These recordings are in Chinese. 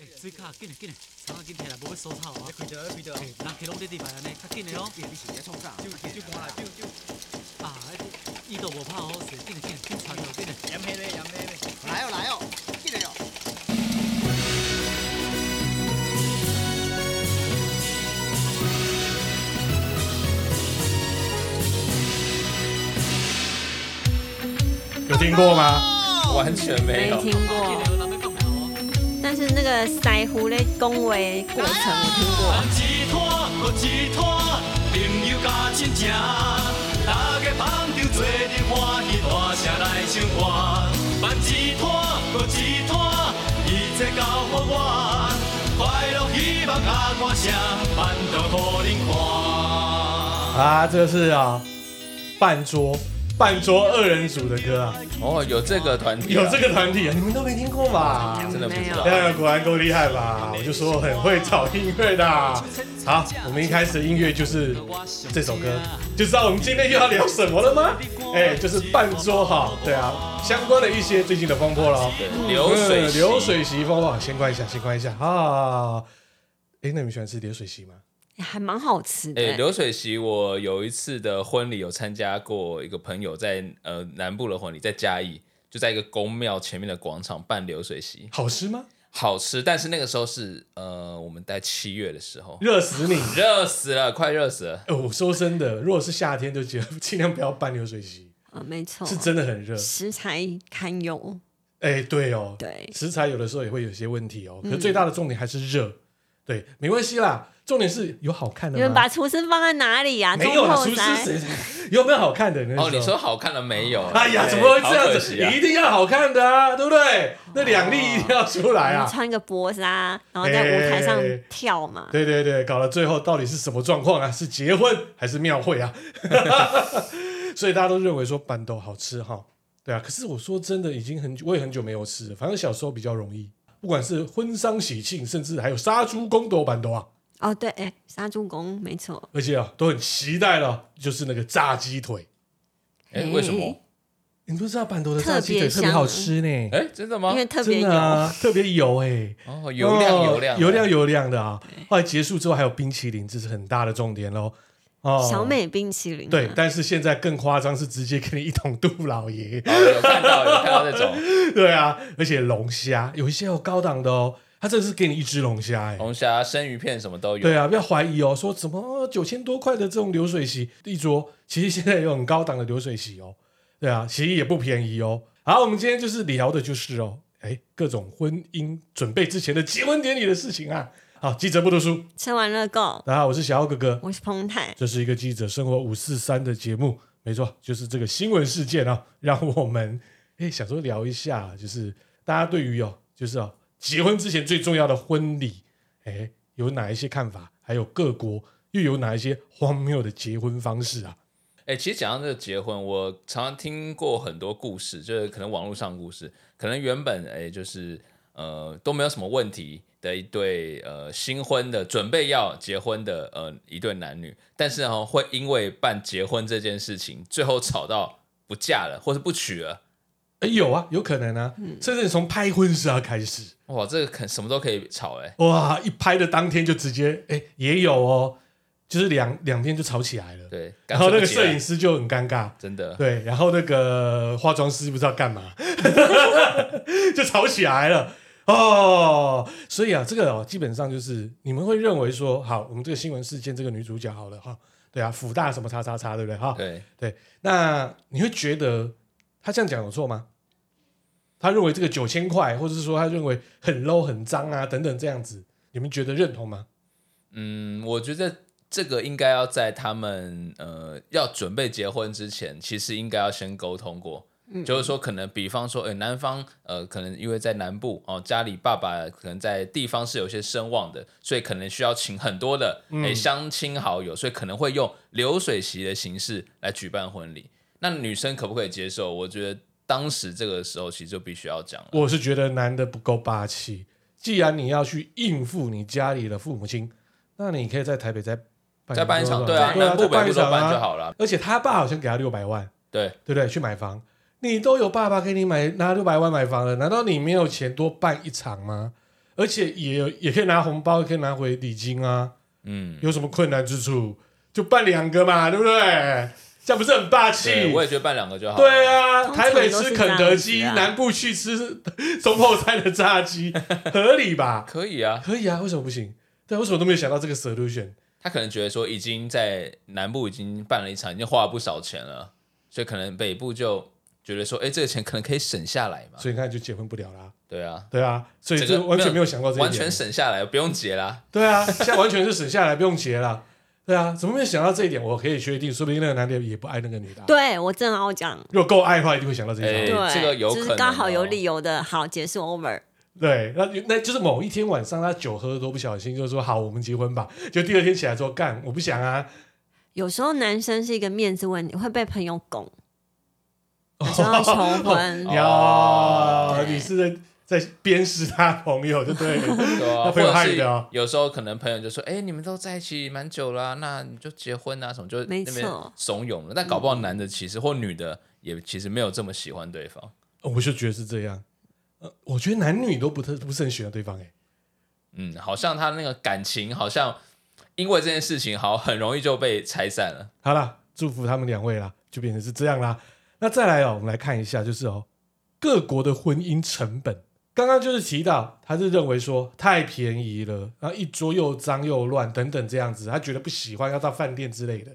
哎，水卡紧嘞紧嘞，三啊紧摕来，无要收草啊你！开着，开着，哎哎，人客拢伫地牌安尼，较紧嘞咯！你是咧创啥？酒酒干啦，酒酒，啊，伊都无拍好势，紧嘞紧嘞，紧传落紧嘞！盐黑嘞，盐黑嘞。来哦来哦，进来哦！有听过吗？完全没没有。听过，有人要讲哦。但是那个腮胡嘞恭维过程我听过。一摊搁一摊，朋友甲亲情，大家捧场做阵欢喜，大声来唱歌。办一摊搁一摊，一切交予我，快乐希望甲我写，办到互恁看。啊，这个是啊，半桌半桌二人组的歌啊，哦，有这个团体啊、有这个团体啊，你们都没听过吧？真的不知道哎。呀，果然够厉害吧！我就说我很会找音乐的啊。好，我们一开始的音乐就是这首歌，就知道我们今天又要聊什么了吗？哎，就是半桌哈，对啊，相关的一些最近的风波喽。对流水嗯席流水席风暴，先关一下，先关一下啊。哎，那你们喜欢吃流水席吗？还蛮好吃的、哎、流水席，我有一次的婚礼有参加过，一个朋友在呃南部的婚礼，在嘉义，就在一个公庙前面的广场办流水席，好吃吗？好吃。但是那个时候是呃我们在七月的时候，热死你！热死了，快热死了。哎，我说真的，如果是夏天，就觉得 尽量不要办流水席，啊，没错，是真的很热。食材堪用，哎，对哦，对，嗯食材有的时候也会有些问题哦。可是最大的重点还是热，对，没关系啦。重点是有好看的你吗？们把厨师放在哪里呀、啊？没有啦，中后厨山师谁 有没有好看的？那时候哦，你说好看了没有？哎呀，对怎么会这好样可子？惜啊一定要好看的啊，对不对？那两粒哦一定要出来啊我哎们！穿个薄纱，然后在舞台上跳嘛。对对对，搞到最后到底是什么状况啊？是结婚还是庙会啊？ 所以大家都认为说板豆好吃哈，对啊。可是我说真的，已经很久我也很久没有吃了。反正小时候比较容易，不管是婚丧喜庆，甚至还有杀猪公斗板豆啊，哦，对，哎，杀猪工没错。而且啊都很期待了，就是那个炸鸡腿。哎、为什么？你不知道板豆的炸鸡腿特特别香别好吃呢、哎、真的吗因？为特别真油，的啊， 特别油哎、哦， 油亮油亮哦油亮油亮的啊！后来结束之后还有冰淇淋，这是很大的重点喽。哦，小美冰淇淋、啊。对，但是现在更夸张，是直接给你一桶杜老爷。 哦有看到有看到这种对啊，而且龙虾有一些有高档的哦，他这是给你一只龙虾哎、龙虾、生鱼片什么哦都有。对啊，不要怀疑哦，说怎么九千多块的这种流水席一桌，其实现在有很高档的流水席哦。对啊，其实也不便宜哦。好，我们今天就是聊的就是哦，哎，各种婚姻准备之前的结婚典礼的事情啊。好，记者不读书，吃完热狗，大家好，我是小奥哥哥，我是彭泰。这是一个记者生活五四三的节目，没错，就是这个新闻事件啊， 让我们诶想说聊一下，就是大家对于哦，就是哦，结婚之前最重要的婚礼，诶，有哪一些看法？还有各国又有哪一些荒谬的结婚方式啊？哎、其实讲到这个结婚，我常常听过很多故事，就是可能网络上的故事，可能原本哎、就是呃都没有什么问题的一对呃新婚的准备要结婚的呃一对男女，但是哦会因为办结婚这件事情，最后吵到不嫁了或是不娶了。诶，有啊，有可能啊，甚至从拍婚纱开始，哇，这个肯什么都可以吵哎、哇，一拍的当天就直接，诶，也有哦，就是两两边就吵起来了，对，然后那个干脆不摄结了影师就很尴尬，真的对，然后那个化妆师不知道干嘛， 就吵起来了。哦，所以啊，这个哦，基本上就是你们会认为说，好，我们这个新闻事件，这个女主角好了哈、对啊，辅大什么叉叉叉，对不对哈？对，对，那你会觉得他这样讲有错吗？他认为这个九千块，或者是说他认为很 low、很脏啊等等这样子，你们觉得认同吗？嗯，我觉得这个应该要在他们呃要准备结婚之前，其实应该要先沟通过。嗯就是说，可能比方说，呃，男方呃，可能因为在南部哦，家里爸爸可能在地方是有些声望的，所以可能需要请很多的嗯诶相亲好友，所以可能会用流水席的形式来举办婚礼。那女生可不可以接受？我觉得当时这个时候其实就必须要讲了。我是觉得男的不够霸气。既然你要去应付你家里的父母亲，那你可以在台北再办再办一场，对啊，哎对南部再北办部一都场办就啊。好了。而且他爸好像给他六百万，对，对不对？去买房，你都有爸爸给你买拿六百万买房了，难道你没有钱多办一场吗？而且也有也可以拿红包，也可以拿回礼金啊。嗯，有什么困难之处就办两个嘛，对不对？这样不是很霸气？对，我也觉得办两个就好。对，啊，通常台北都是吃这肯德样基，子啊南部去吃中后山的炸鸡， 合理吧？可以啊。可以啊，为什么不行？对，为什么都没有想到这个 solution？他可能觉得说已经在南部已经办了一场，已经花了不少钱了，所以可能北部就觉得说，哎，这个钱可能可以省下来嘛。所以你看就结婚不了啦，对啊，对啊，所以整这个完全没有想到这一点，完全省下来，不用结啦。对啊，现在完全是省下来不用结啦，对啊，怎么没有想到这一点？我可以确定，说不定那个男的也不爱那个女的啊、对我正要讲，如果够爱的话，一定会想到这一哎条。对，这个有就可是能刚好有哦理由的，好，结束 over。对，那那就是某一天晚上，他酒喝得多不小心，就说好，我们结婚吧。就第二天起来说干，我不想啊，有时候男生是一个面子问题，会被朋友拱，哦有时候求 婚哦，呀，对你是在在鞭尸他朋友，对不对了？ 对啊，那 或朋友者害是的啊有时候可能朋友就说，哎，你们都在一起蛮久啦，那你就结婚啊什么，就没那边错怂恿了。但搞不好男的其实或女的也其实没有这么喜欢对方。哦我就觉得是这样。呃，我觉得男女都不特不是很喜欢对方、欸，嗯，好像他那个感情好像因为这件事情，好很容易就被拆散了。好啦，祝福他们两位啦，就变成是这样啦。那再来哦，我们来看一下，就是哦，各国的婚姻成本。刚刚就是提到，他是认为说太便宜了，然后一桌又脏又乱等等这样子，他觉得不喜欢，要到饭店之类的。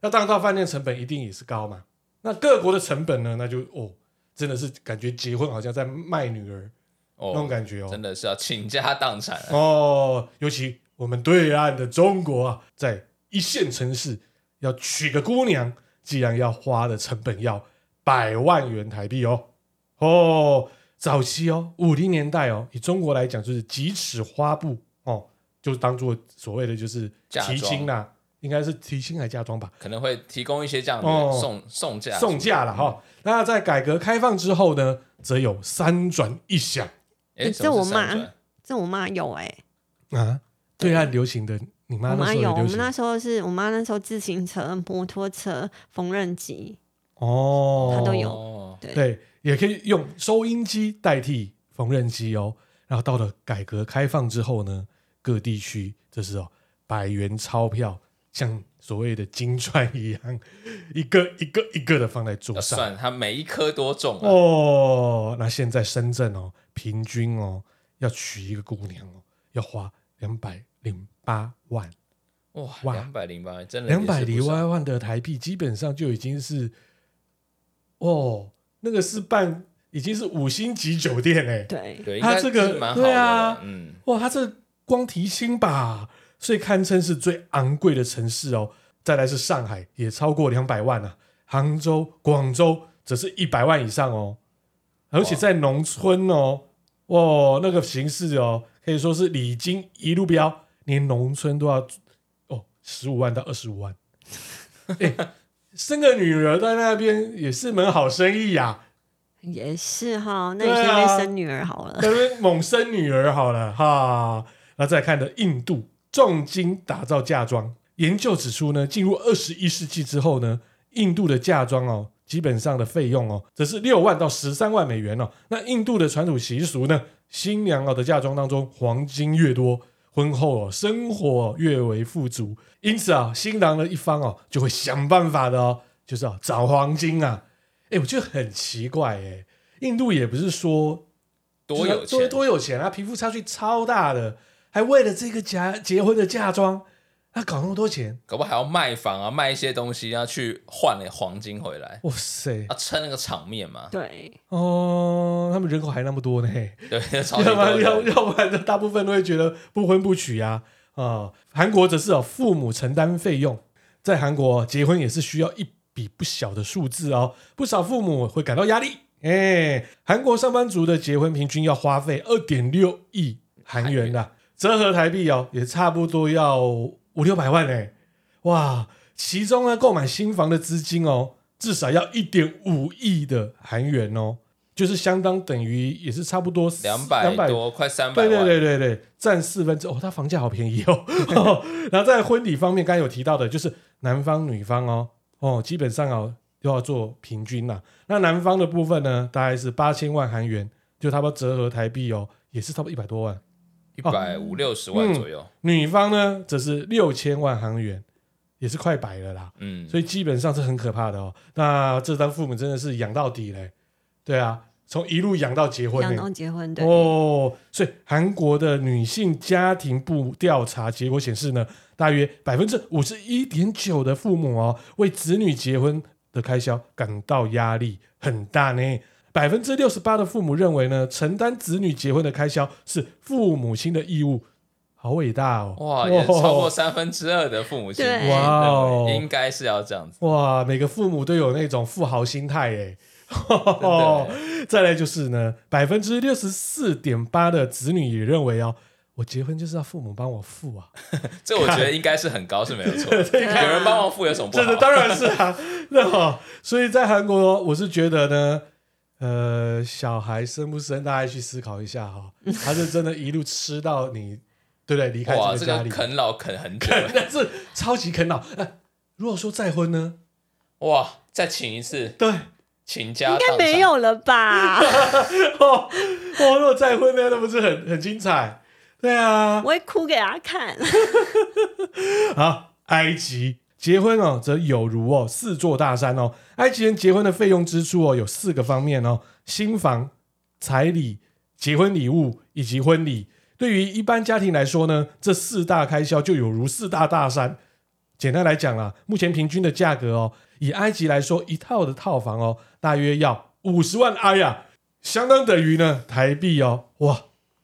那当然到饭店成本一定也是高嘛。那各国的成本呢，那就哦，真的是感觉结婚好像在卖女儿、哦，那种感觉哦。真的是要倾家荡产、啊。哦，尤其我们对岸的中国啊，在一线城市要娶个姑娘，既然要花的成本要百万元台币哦。哦，早期哦，五零年代哦，以中国来讲就是几尺花布哦，就当做所谓的就是嫁提妆亲啦、应该是提亲还嫁妆吧。可能会提供一些这样的哦送、送价送嫁了哈、那在改革开放之后呢，则有三转一响哎、诶什么这我是妈三转这我妈有哎、啊，对岸流行的，你妈我那妈时候有，也我流们行那时候是我妈那时候自行车、摩托车、缝纫机，哦，她都有哦，对，对，也可以用收音机代替缝纫机哦。然后到了改革开放之后呢，各地区这是哦，百元钞票像所谓的金砖一样，一个一个一个的放在桌要上。 算它每一颗多重啊？哦，那现在深圳哦，平均哦，要娶一个姑娘哦，要花两百零八万，哇，哇两百零八，真的两百零零八万的台币，基本上就已经是，哦，那个是办，已经是五星级酒店哎、对，对，应它该这个是蛮好的对了、啊嗯，哇，它这光提亲吧，所以堪称是最昂贵的城市哦。再来是上海，也超过两百万啊，杭州、广州则是一百万以上哦，而且在农村哦，哇，那个形式哦，可以说是礼金一路飙，连农村都要哦十五万到二十五万。哎，生个女儿在那边也是门好生意啊呀、也是哈。那对你啊去那边生女儿好了，那边猛生女儿好了哈。那再看的印度，重金打造嫁妆。研究指出呢，进入二十一世纪之后呢，印度的嫁妆哦，基本上的费用哦，则是六万到十三万美元哦。那印度的传统习俗呢，新娘哦的嫁妆当中，黄金越多，婚后哦生活哦越为富足。因此啊，新郎的一方哦就会想办法的哦，就是啊找黄金啊。哎，我觉得很奇怪哎，印度也不是说多有多钱，多有钱啊！贫富差距超大的，还为了这个嫁结婚的嫁妆，他搞那么多钱，搞不好还要卖房啊，卖一些东西，要去换了黄金回来，哇塞！要撑那个场面啊嘛。对，哦，他们人口还那么多呢， 对，超级要不多然要人。要不然，大部分都会觉得不婚不娶啊。啊、韩国则是哦，父母承担费用，在韩国结婚也是需要一笔不小的数字哦，不少父母会感到压力。哎，韩国上班族的结婚平均要花费二点六亿韩元的、折合台币哦，也差不多要五六百万哎、哇！其中呢，购买新房的资金哦，至少要一点五亿的韩元哦，就是相当等于也是差不多两两百百多，快三百对万，对对对对，占四分之哦，它房价好便宜 哦。然后在婚礼方面，刚才有提到的，就是男方女方哦哦，基本上哦都要做平均啦、那男方的部分呢，大概是八千万韩元，就差不多折合台币哦，也是差不多一百多万。一百五六十哦嗯万左右，女方呢则是六千万韩元，也是快百了啦。嗯，所以基本上是很可怕的哦。那这当父母真的是养到底嘞，对啊，从一路养到结婚养呢到结婚对，哦，所以韩国的女性家庭部调查结果显示呢，大约百分之五十一点九的父母哦，为子女结婚的开销感到压力很大呢。百分之六十八的父母认为呢，承担子女结婚的开销是父母亲的义务，好伟大哦！哇，也超过哦三分之二的父母亲，对哇哦应该是要这样子。哇，每个父母都有那种富豪心态哎。的 再来就是呢，百分之六十四点八的子女也认为哦，我结婚就是要父母帮我付 啊。这我觉得应该是很高，是没有错。 对啊有人帮忙付有什么不这个好？当然是啊，那哦，所以在韩国，我是觉得呢，呃，小孩生不生，大家去思考一下 哈、他是真的一路吃到你，对不对？离开哇，这这个家个里，啃老啃很久， 但是超级啃老。哎，如果说再婚呢？哇，再请一次，对，请家应该当没场有了吧？哦，哦，如果再婚呢，那不是很很精彩？对啊我，会哭给他看。 好，埃及结婚哦，则有如哦四座大山哦。埃及人结婚的费用支出哦，有四个方面哦：新房、彩礼、结婚礼物以及婚礼。对于一般家庭来说呢，这四大开销就有如四大大山。简单来讲啦，目前平均的价格哦，以埃及来说，一套的套房哦，大约要五十万埃呀，相当等于呢台币哦，哇，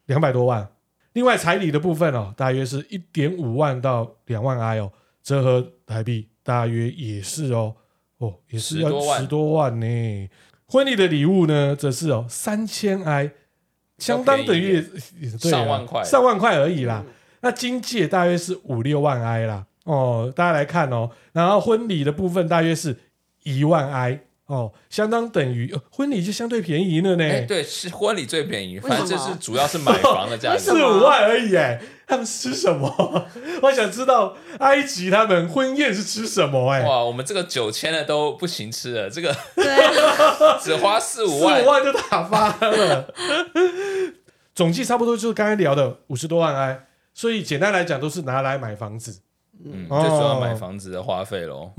两百多万。另外彩礼的部分哦，大约是一点五万到两万 I 哦，折合台币大约也是哦，哦也是要10多万十多万呢。婚礼的礼物呢，则是哦三千 I，相当等于也对啊上万块嗯上万块而已啦。那经济也大约是五六万 I 啦，哦，大家来看哦。然后婚礼的部分大约是一万 I 哦，相当等于、呃婚礼就相对便宜了呢。哎，对，是婚礼最便宜，为什么反正就是主要是买房的价为什四格么。五万而已哎，他们吃什么？ 我想知道埃及他们婚宴是吃什么哎，哇，我们这个九千的都不行吃了，这个 对啊，只花四四五五万，万就打发了，总计差不多就是刚才聊的五十多万埃，所以简单来讲都是拿来买房子。嗯，哦最主要买房子的花费喽。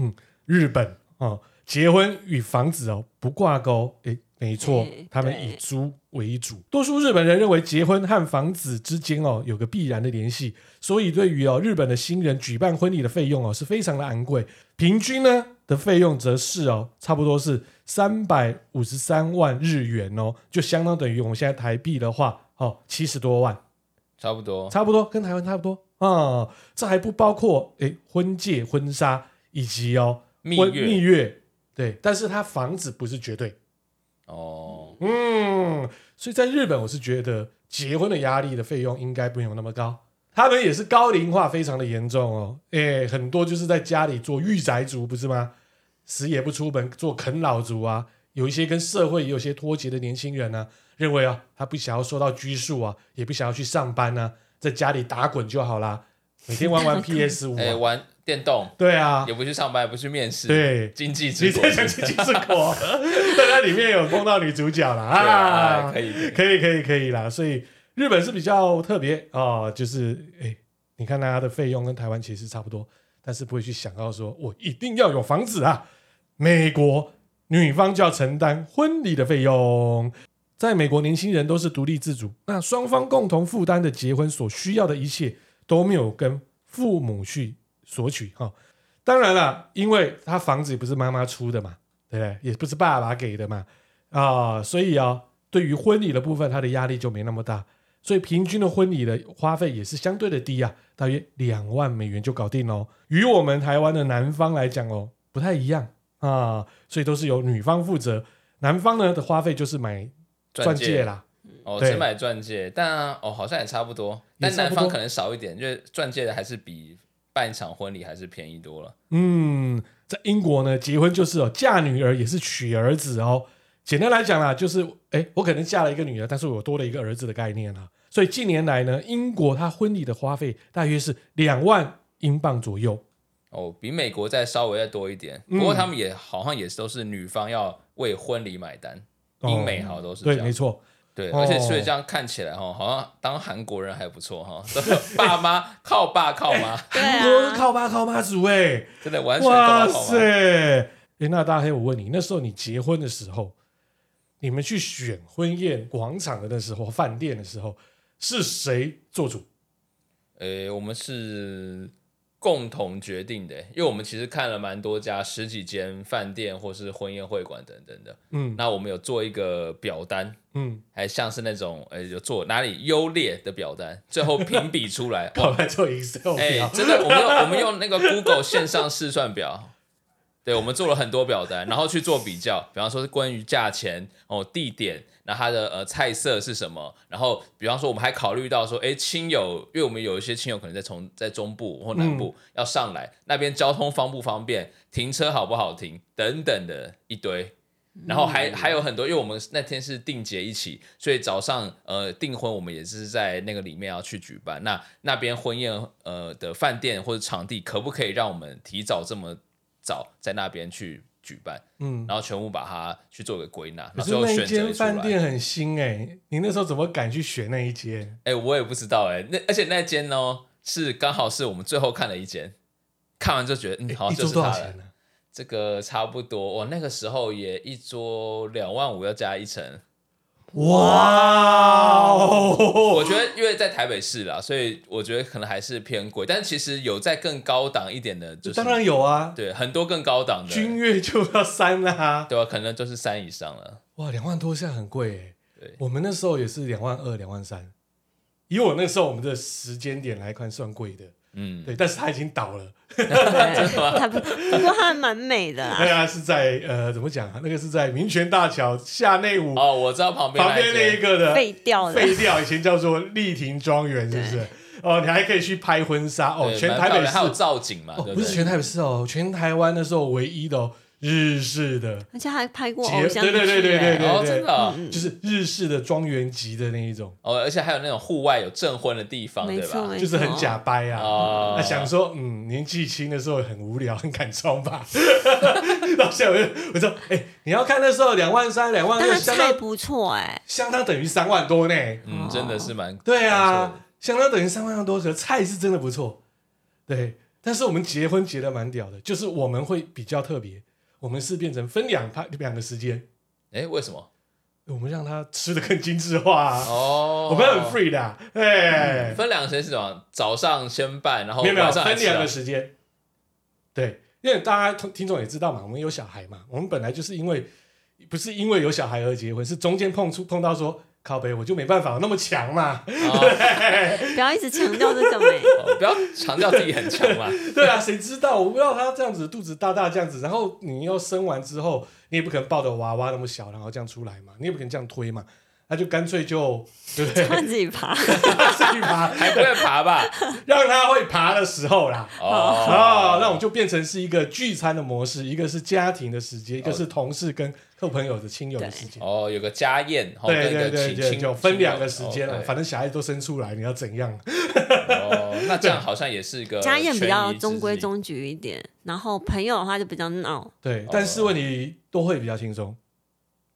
日本哦，结婚与房子哦不挂钩，诶，没错哎，他们对以租为主。多数日本人认为结婚和房子之间哦有个必然的联系，所以对于哦日本的新人举办婚礼的费用哦是非常的昂贵，平均呢的费用则是哦差不多是三百五十三万日元哦，就相当等于我们现在台币的话哦七十多万。差不多，差不多跟台湾差不多啊、哦这还不包括诶婚戒、婚纱以及哦蜜婚月蜜月，对，但是它房子不是绝对，哦，嗯，所以在日本我是觉得结婚的压力的费用应该不用那么高。他们也是高龄化非常的严重哦，诶，很多就是在家里做御宅族，不是吗？死也不出门做啃老族啊，有一些跟社会也有些脱节的年轻人呢、认为啊，他不想要受到拘束啊，也不想要去上班啊，在家里打滚就好啦，每天玩 玩 PS 五、哎，啊，玩电动对啊也，不去上班，也不去面试，对经济之你国在讲经济之 国，但它里面有碰到女主角啦对啊，啊，可以，可可以以可以可以啦，所以日本是比较特别啊、就是哎、你看大家的费用跟台湾其实差不多，但是不会去想到说我一定要有房子啊。美国女方就要承担婚礼的费用，在美国年轻人都是独立自主，那双方共同负担的结婚所需要的一切都没有跟父母去索取哈、当然了，因为他房子也不是妈妈出的嘛，对不对？也不是爸爸给的嘛，啊、所以啊、对于婚礼的部分，他的压力就没那么大，所以平均的婚礼的花费也是相对的低啊，大约两万美元就搞定喽。与我们台湾的男方来讲哦，不太一样啊，所以都是由女方负责，男方呢的花费就是买钻戒啦，哦，对只买钻戒，但哦好像也差不多，也但差不多男方可能少一点，因为钻戒的还是比办一场婚礼还是便宜多了。嗯，在英国呢，结婚就是哦，嫁女儿也是娶儿子哦。简单来讲啦，就是哎，我可能嫁了一个女儿，但是我多了一个儿子的概念啦。所以近年来呢，英国它婚礼的花费大约是两万英镑左右。哦，比美国再稍微再多一点，嗯不过他们也好像也都是女方要为婚礼买单，哦英美好像都是这对，样。没错。对，哦而且所以这样看起来哈，好像当韩国人还不错哈，都是爸妈靠爸靠 妈，对韩国是啊，靠爸靠妈组哎，真的完全靠哇爸靠塞！妈。哎、那大黑，我问你，那时候你结婚的时候，你们去选婚宴广场的那时候，饭店的时候，是谁做主？诶，我们是共同决定的，因为我们其实看了蛮多家十几间饭店或是婚宴会馆等等的，嗯那我们有做一个表单，嗯，还像是那种诶有做哪里优劣的表单，最后评比 出来，哇搞来做 Excel 哎、表，真的，我们用我们用那个 Google 线上试算表，对，我们做了很多表单，然后去做比较，比方说是关于价钱哦、地点，那它的呃菜色是什么，然后比方说我们还考虑到说，哎、亲友，因为我们有一些亲友可能在从在中部或南部、要上来，那边交通方不方便，停车好不好停等等的一堆。然后嗯还还有很多，因为我们那天是订结一起，所以早上呃订婚我们也是在那个里面要去举办。那那边婚宴呃的饭店或者场地可不可以让我们提早这么早在那边去举办？嗯。然后全部把它去做个归纳，可然后是最后那一选择间出饭来。店很新哎、你那时候怎么敢去选那一间？哎、我也不知道哎、那而且那间呢是刚好是我们最后看了一间，看完就觉得嗯好哎一就桌是多它少了钱。啊呢、这个差不多，我那个时候也一桌两万五要加一成。哇哦！ 我觉得因为在台北市啦，所以我觉得可能还是偏贵，但其实有在更高档一点的，就是当然有啊，对很多更高档的，君悦就要三啦、对吧、可能就是三以上了。哇，两万多现在很贵哎耶。对我们那时候也是两万二、两万三。以我那时候我们的时间点来看，算贵的。嗯，对，但是它已经倒了。 对，他不不过他还蛮美的啦那，个是在呃，怎么讲啊？那个是在民权大桥下内湖、哦，我知道旁边旁边那那一个的废掉的，废掉，以前叫做丽亭庄园，是不是？哦，你还可以去拍婚纱哦，对全蛮台漂北亮市还有造景嘛，哦对，不对是全台北市哦，全台湾那时候唯一的哦日式的而且还拍过结偶像剧、欸，对对对对对哦，真的哦、嗯就是日式的庄园级的那一种，哦，而且还有那种户外有证婚的地方，没对错吧？没错，就是很假掰啊。哦，那想说，嗯，年纪轻的时候很无聊，很敢装吧。 到现在我就我说，哎、你要看那时候两万三、两万但二，他相菜当不错哎、相当等于三万多呢。嗯，真的是蛮对不错啊，相当等于三万多，可菜是真的不错。对，但是我们结婚结的蛮屌的，就是我们会比较特别，我们是变成分两派两个时间，的。哎，为什么？我们让他吃的更精致化、啊。哦，我们很 free 的、啊，哎、分两个时间是什么？早上先办，然后没有没有晚上还分吃两啊个时间。对，因为大家听听众也知道嘛，我们有小孩嘛，我们本来就是因为不是因为有小孩而结婚，是中间碰出碰到说靠北，我就没办法我那么强 嘛，哦不要一直强调这 种哎、哦不要强调自己很强嘛。对啊，谁知道？我不知道他这样子肚子大大这样子，然后你又生完之后，你也不可能抱着娃娃那么小，然后这样出来嘛，你也不可能这样推嘛，那就干脆就 对不对？他自己爬，自己爬，还不会爬吧？让他会爬的时候啦。哦哦，，那我们就变成是一个聚餐的模式，一个是家庭的时间，一个是同事跟客朋友的亲友的时间。哦，有个家宴，哦对跟一个对对亲对，亲就分两个时间了，哦反正小孩都生出来，你要怎样？对哦，那这样好像也是一个 家宴比较权宜之中规计。中矩一点，然后朋友的话就比较闹，对，但是问题都会比较轻松，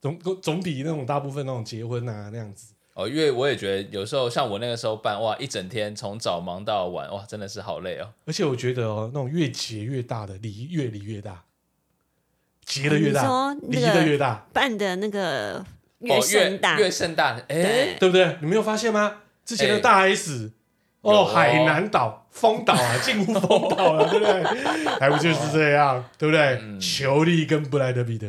总总比那种大部分那种结婚啊那样子。哦，因为我也觉得有时候像我那个时候办，哇，一整天从早忙到晚，哇，真的是好累哦。而且我觉得哦，那种越结越大的离越离越大，结的你越大，说离那的个越大，办的那个哦越盛大，越盛大，哎对，对不对？你没有发现吗？之前的哎大 S，、有哦，哦海南岛封岛 啊，近乎封岛了，对不对？还不就是这样，对不对？嗯裘力跟布莱德彼特，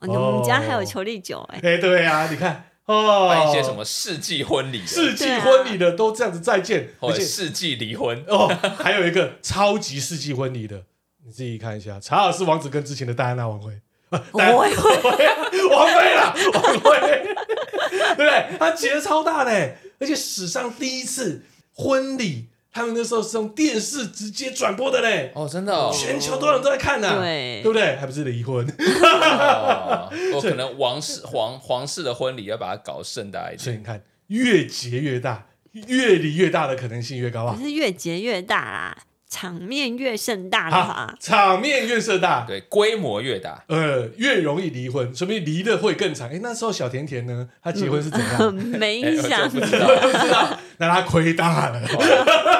哦你们家还有球力酒 哎、哎，对啊，你看哦，办一些什么世纪婚礼，啊世纪婚礼的都这样子再见，或哦而者且世纪离婚，哦，还有一个超级世纪婚礼的，你自己看一下，查尔斯王子跟之前的戴安娜王妃。我我也会 王菲啦，王菲， 对不对？他结的超大嘞，而且史上第一次婚礼，他们那时候是用电视直接转播的嘞，哦，真的哦，全球多少人都在看呐、对对不对？还不是离婚， 哦我可能王室皇皇室的婚礼要把它搞盛大一所以点，你看，越结越大，越离越大的可能性越高啊可！是越结越大啦。场面越盛大的啊话，，场面越盛大，对，规模越大，呃，越容易离婚，说明离的会更长。哎，那时候小甜甜呢，她结婚是怎 样？没哎，影我就响不。知 道了，那她亏大了，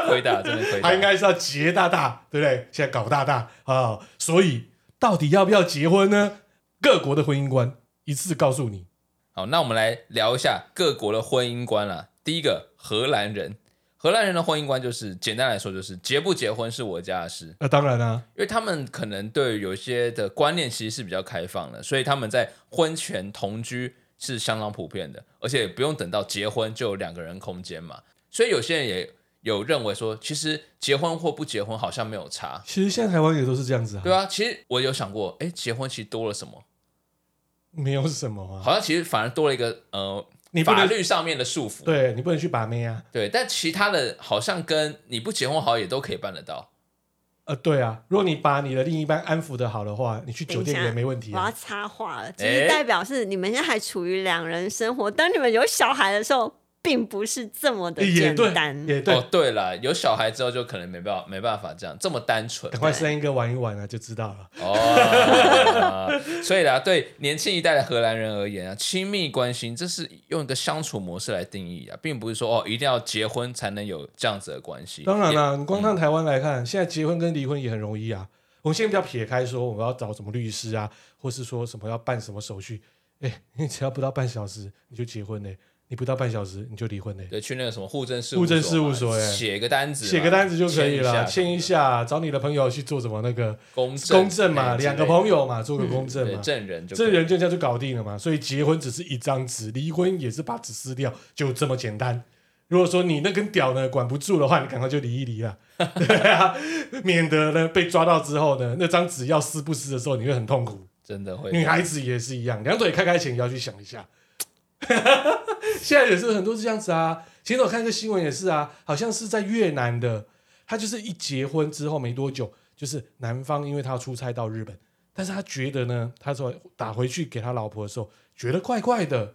亏大，真的亏大她应。该是要结大大，对不对？现在搞大大啊、所以到底要不要结婚呢？各国的婚姻观一次告诉你，好，那我们来聊一下各国的婚姻观啦。第一个，荷兰人，荷兰人的婚姻观就是，简单来说就是结不结婚是我家的事，那、当然啊，因为他们可能对有一些的观念其实是比较开放的，所以他们在婚前同居是相当普遍的，而且不用等到结婚就有两个人空间嘛。所以有些人也有认为说，其实结婚或不结婚好像没有差，其实现在台湾也都是这样子啊，对啊。其实我有想过，哎，结婚其实多了什么？没有什么啊，好像其实反而多了一个呃你不法能律上面的束缚，对你不能去把妹啊，对，但其他的好像跟你不结婚好像也都可以办得到。呃，对啊，如果你把你的另一半安抚的好的话，你去 酒店也没问题我要啊。插话了，就哎是代表是你们现在还处于两人生活，当你们有小孩的时候，并不是这么的也简对单，。也对，哦，对了，有小孩之后就可能没办法没办法这样这么单纯赶快生一个玩一玩啊，就知道了。哦。 所以啦，对年轻一代的荷兰人而言啊，亲密关系这是用一个相处模式来定义啊，并不是说哦一定要结婚才能有这样子的关系。当然也嗯啦、你光看台湾来看，现在结婚跟离婚也很容易啊。我们先不要撇开说我们要找什么律师啊，或是说什么要办什么手续，哎、你只要不到半小时你就结婚嘞、你不到半小时你就离婚嘞、对，去那个什么户政事户政事务嘛所哎写个单子嘛，写个单子就可以了，签签一下，找你的朋友去做什么那个公证公证嘛，哎之两个类的嗯朋友嘛，做个公证对嘛，证人就可以这人这样就搞定了嘛。所以结婚只是一张纸，离婚也是把纸撕掉，就这么简单。如果说你那根屌呢管不住的话，你赶快就离一离啦， 对啊，免得呢被抓到之后呢，那张纸要撕不撕的时候，你会很痛苦。真的会女孩子也是一样，两腿开开前也要去想一下。 现在也是很多是这样子啊。前头我看一个新闻也是啊，好像是在越南的，他就是一结婚之后没多久，就是男方因为他要出差到日本，但是他觉得呢，他说打回去给他老婆的时候，觉得怪怪的，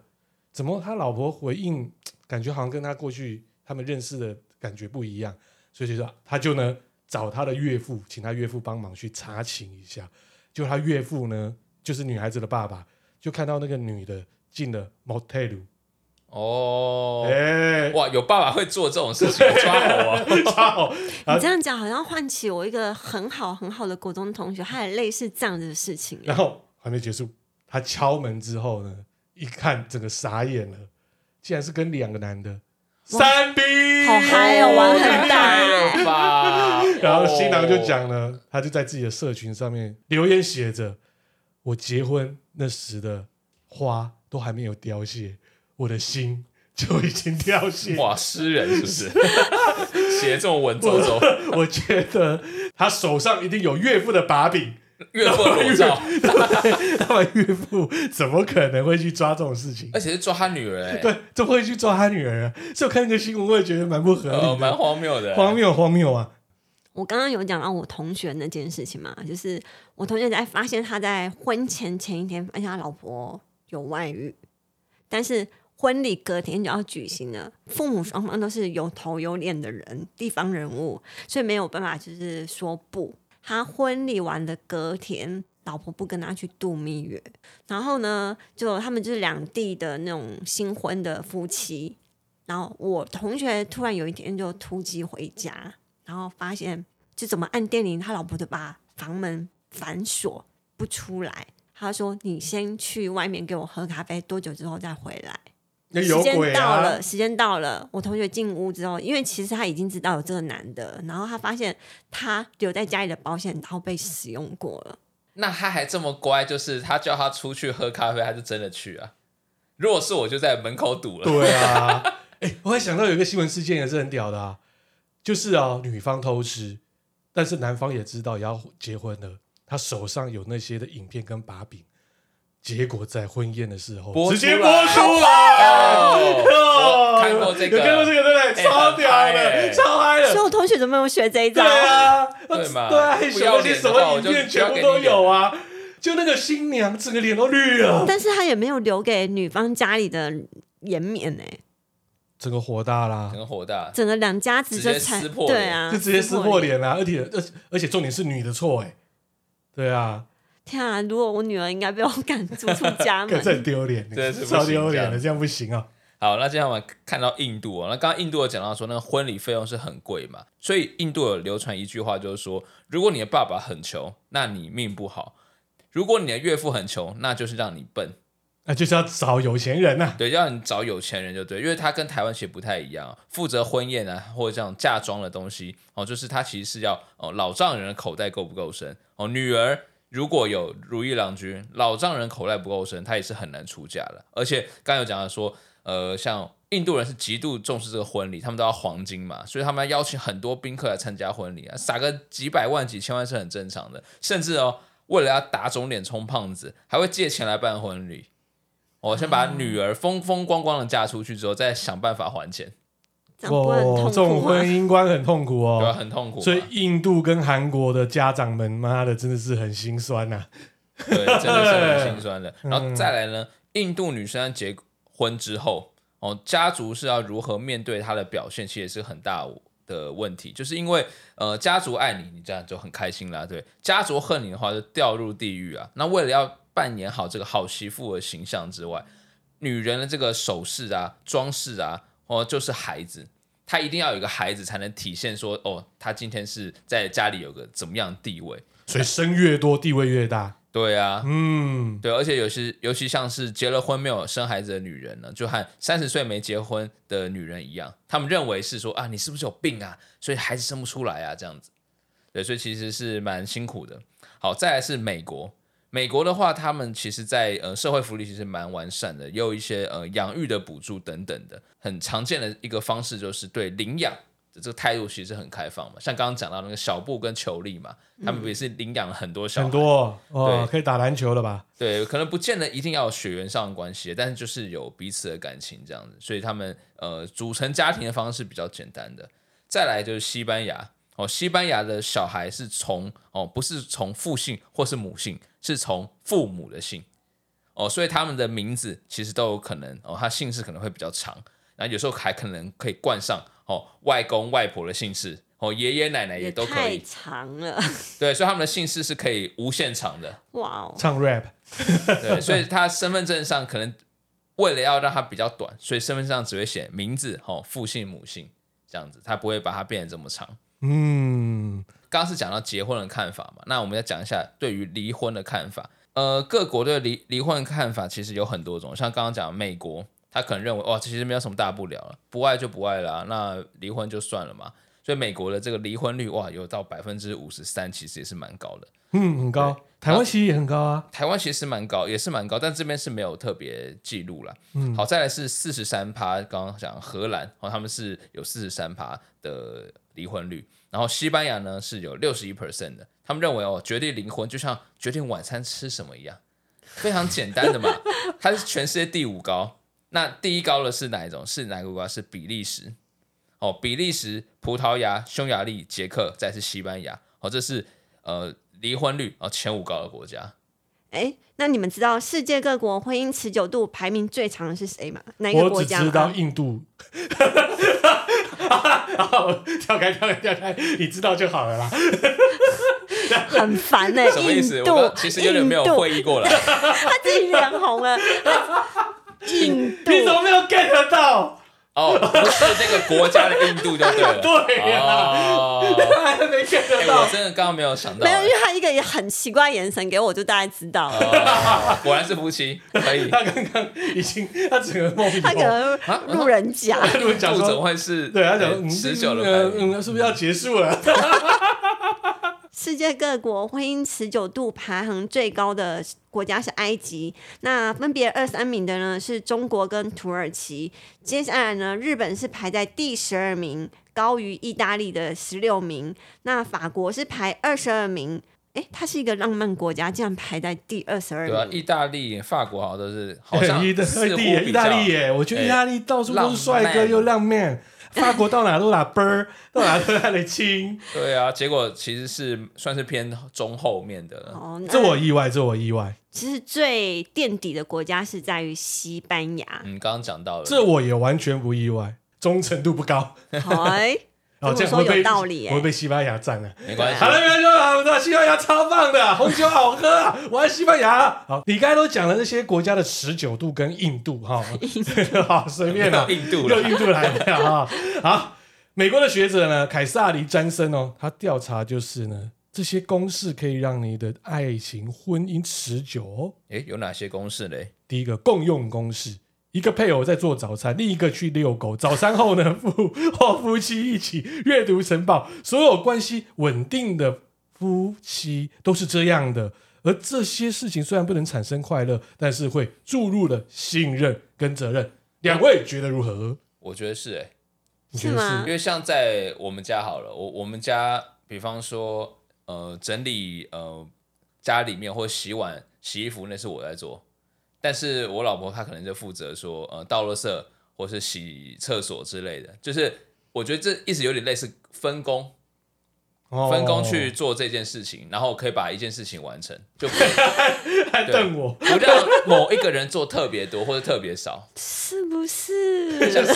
怎么他老婆回应感觉好像跟他过去他们认识的感觉不一样，所以就说他就呢找他的岳父，请他岳父帮忙去查情一下，就他岳父呢就是女孩子的爸爸，就看到那个女的进了 motel，哦。哎、哇，有爸爸会做这种事情，抓我啊！操！你这啊样讲好像唤起我一个很好很好的国中同学，他也类似这样子的事情。然后还没结束，他敲门之后呢，一看整个傻眼了，竟然是跟两个男的三 B，好嗨哦，玩很大哎、太有吧？然后新郎就哦讲了，他就在自己的社群上面留言写着：“我结婚那时的花都还没有凋谢，我的心就已经凋谢。”哇，诗人是不是？ 写这种文绉绉，我觉得他手上一定有岳父的把柄， 越过裸照，他们岳父怎么可能会去抓这种事情？而且是抓他女儿、欸，对，怎么会去抓他女儿啊？所以我看这个新闻，我也觉得蛮不合呃，理蛮的，荒谬 的、荒。谬荒谬啊！我刚刚有讲到我同学那件事情嘛，就是我同学在发现他在婚前前一天发现他老婆有外遇，但是婚礼隔天就要举行了，父母双方都是有头有脸的人，地方人物，所以没有办法就是说不。他婚礼完的隔天，老婆不跟他去度蜜月，然后呢，就他们就是两地的那种新婚的夫妻。然后我同学突然有一天就突击回家，然后发现就怎么按电铃，他老婆就把房门反锁不出来。他说：“你先去外面给我喝咖啡，多久之后再回来？”那时有鬼间到啊了，！时间到了。我同学进屋之后，因为其实他已经知道有这个男的，然后他发现他留在家里的保险套被使用过了。那他还这么乖，就是他叫他出去喝咖啡，他就真的去啊。如果是我，就在门口堵了。对啊， 哎、我还想到有一个新闻事件也是很屌的啊，就是啊，女方偷吃，但是男方也知道也要结婚了，他手上有那些的影片跟把柄，结果在婚宴的时候播直接出播来出来。 哦，我看过这个，有看过这个对不对？哎超屌很嗨哎的，超嗨所以的，我同学怎么没有学这一招对？啊，对嘛对啊，不什要么些脸什的话么我影就片不要全部给都你脸有啊，就那个新娘整个脸都绿了。但是他也没有留给女方家里的颜面呢、整个火大啦很，火大，欸整个两家子就直接才撕破对脸啊，就直接撕破脸。脸啦，而且而且而且重点是女的错哎，对啊，天啊！如果我女儿应该被我赶逐出家门更，是很丢脸，欸真的是不行超丢脸这的，样这样不行啊。好，那接下来我们看到印度哦，那刚刚印度有讲到说，那个婚礼费用是很贵嘛，所以印度有流传一句话，就是说，如果你的爸爸很穷，那你命不好；如果你的岳父很穷，那就是让你笨。那啊就是要找有钱人呐、啊对，要你找有钱人就对，因为他跟台湾其实不太一样、负责婚宴啊或者这种嫁妆的东西哦，就是他其实是要哦老丈人的口袋够不够深哦，女儿。如果有如意郎君，老丈人口袋不够深，他也是很难出嫁的。而且刚刚有讲到说，呃，像印度人是极度重视这个婚礼，他们都要黄金嘛，所以他们要邀请很多宾客来参加婚礼啊，撒个几百万、几千万是很正常的。甚至哦，为了要打肿脸充胖子，还会借钱来办婚礼。哦，先啊把女儿风风光光的嫁出去之后，再想办法还钱，这样不会很哦这痛种苦吗婚？姻观很痛苦啊对啊吧？哦。很痛苦嘛，所以印度跟韩国的家长们，妈的，真的是很心酸呐、啊对，真的是很心酸的。然后再来呢，印度女生啊结婚之后，哦，家族是要如何面对她的表现，其实也是很大的问题。就是因为呃，家族爱你，你这样就很开心啦，对；家族恨你的话，就掉入地狱啊。那为了要扮演好这个好媳妇的形象之外，女人的这个首饰啊、装饰啊，哦，就是孩子。她一定要有一个孩子，才能体现说，哦，她今天是在家里有个怎么样的地位。所以生越多，地位越大。对啊，嗯，对，而且有些尤其像是结了婚没有生孩子的女人呢，就和三十岁没结婚的女人一样，她们认为是说啊，你是不是有病啊？所以孩子生不出来啊，这样子。对，所以其实是蛮辛苦的。好，再来是美国，美国的话，他们其实在呃社会福利其实蛮完善的，也有一些呃养育的补助等等的，很常见的一个方式就是对领养。的这个态度其实很开放嘛，像刚刚讲到那个小布跟球力嘛，他们也是领养了很多小孩，嗯很多对哦，可以打篮球了吧？对，可能不见得一定要有血缘上的关系，但是就是有彼此的感情这样子，所以他们呃组成家庭的方式比较简单的。再来就是西班牙哦，西班牙的小孩是从哦不是从父姓或是母姓，是从父母的姓哦，所以他们的名字其实都有可能哦，他姓氏可能会比较长，然后有时候还可能可以冠上哦外公外婆的姓氏哦，爷爷奶奶也也都可太以，长了， 对，所以他们的姓氏是可以无限长的。哇哦！唱 rap，对，所以他身份证上可能为了要让它比较短，所以身份证上只会写名字、哦父姓、母姓这样子，他不会把它变得这么长。嗯，刚刚是讲到结婚的看法嘛，那我们要讲一下对于离婚的看法。呃，各国对离离婚的看法其实有很多种，像刚刚讲美国，他可能认为哇，其实没有什么大不了了，不爱就不爱啦、那离婚就算了嘛。所以美国的这个离婚率哇，有到百分之五十三，其实也是蛮高的。嗯，很高，台湾其实也很高啊。台湾其实蛮高，也是蛮高，但这边是没有特别记录啦。好，再来是四十三趴，刚刚讲荷兰，哦，他们是有四十三趴的离婚率，然后西班牙呢是有六十一 percent 的，他们认为哦，决定离婚就像决定晚餐吃什么一样，非常简单的嘛，它是全世界第五高。那第一高的是哪一种？是哪个国家？是比利时。哦，比利时、葡萄牙、匈牙利、捷克，再是西班牙。哦，这是呃离婚率哦前五高的国家。哎，那你们知道世界各国婚姻持久度排名最长的是谁吗？哪一个我国只家知道吗？印度。 好，跳开，跳开，跳开，你知道就好了啦。很烦呢、 什么意印思？我度刚其实有点没有印度会意过来。他自己脸红 了。印度你怎么没有 get 到？哦，不是这个国家的印度就对 了。对呀、哦，没 get 哎 到。我真的刚刚没有想到没有，因为哎，他一个很奇怪的眼神给我，就大概知道了。哦果然是夫妻，可以。他刚刚已经，他整个梦里他可头，哦能啊路人甲，他如果讲印度怎么说，会是？哎对他讲持久了，嗯的排嗯，名嗯是不是要结束了？世界各国婚姻持久度排行最高的国家是埃及，那分别二三名的呢是中国跟土耳其，接下来呢日本是排在第十二名，高于意大利的十六名，那法国是排二十二名，诶，它是一个浪漫国家，竟然排在第二十二对啊，名。意大利、法国好像都是，好像意大似乎利耶，比哎意较大利耶，我觉得哎意大利到处都是帅哥浪漫又浪漫，法国到哪都打啵儿，到哪都哪里 亲。对啊，结果其实是算是偏中后面的了。哦，嗯那这我意外，这我意外，其实最垫底的国家是在于西班牙， 嗯，刚刚讲到了，这我也完全不意外。忠诚度不高，哎，然后哦这样会这么说被有道理耶啊我会被西班牙占了。没关系好。了，没关系了，那西班牙超棒的，红酒好喝啊！我爱西班牙。啊好，你刚才都讲了那些国家的持久度跟硬度哈， 好随便了，又印又度了印度来了啊！好，美国的学者呢，凯撒里詹森哦，他调查就是呢，这些公式可以让你的爱情、婚姻持久哦。诶，有哪些公式嘞？第一个共用公式，一个配偶在做早餐，另一个去遛狗。早餐后呢，夫或夫妻一起阅读晨报。所有关系稳定的夫妻都是这样的。而这些事情虽然不能产生快乐，但是会注入了信任跟责任。两位觉得如何？我觉得是诶，你觉得是吗因为像在我们家好了，我我们家比方说呃整理呃家里面或洗碗洗衣服那是我在做，但是我老婆她可能就负责说呃倒垃圾或是洗厕所之类的，就是我觉得这意思有点类似分工，哦分工去做这件事情，然后可以把一件事情完成，就不用还瞪我，不 让某一个人做特别多或者特别少，是不这是？样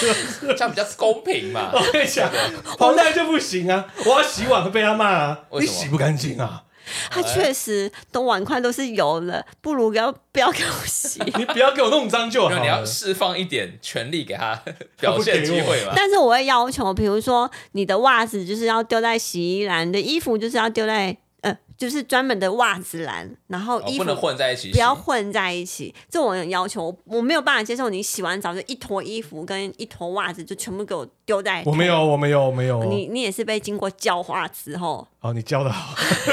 这样比较公平嘛 我。跟你讲，黄太就不行啊！我要洗碗会被他骂啊，为你什么洗不干净啊！他哎确实都碗筷都是油的，不如不要不要给我洗。 你不要给我弄脏就好那了。你要释放一点权力给他 表现机会嘛。但是我会要求，比如说你的袜子就是要丢在洗衣篮，你的衣服就是要丢在呃，就是专门的袜子篮，然后哦衣服不能混在一起洗，不要 混在一起，这我有要求，我没有办法接受你洗完澡就一坨衣服跟一坨袜子就全部给我丢在。我没有，我没有，我没有。你你也是被经过教化之后，好，哦你教的好。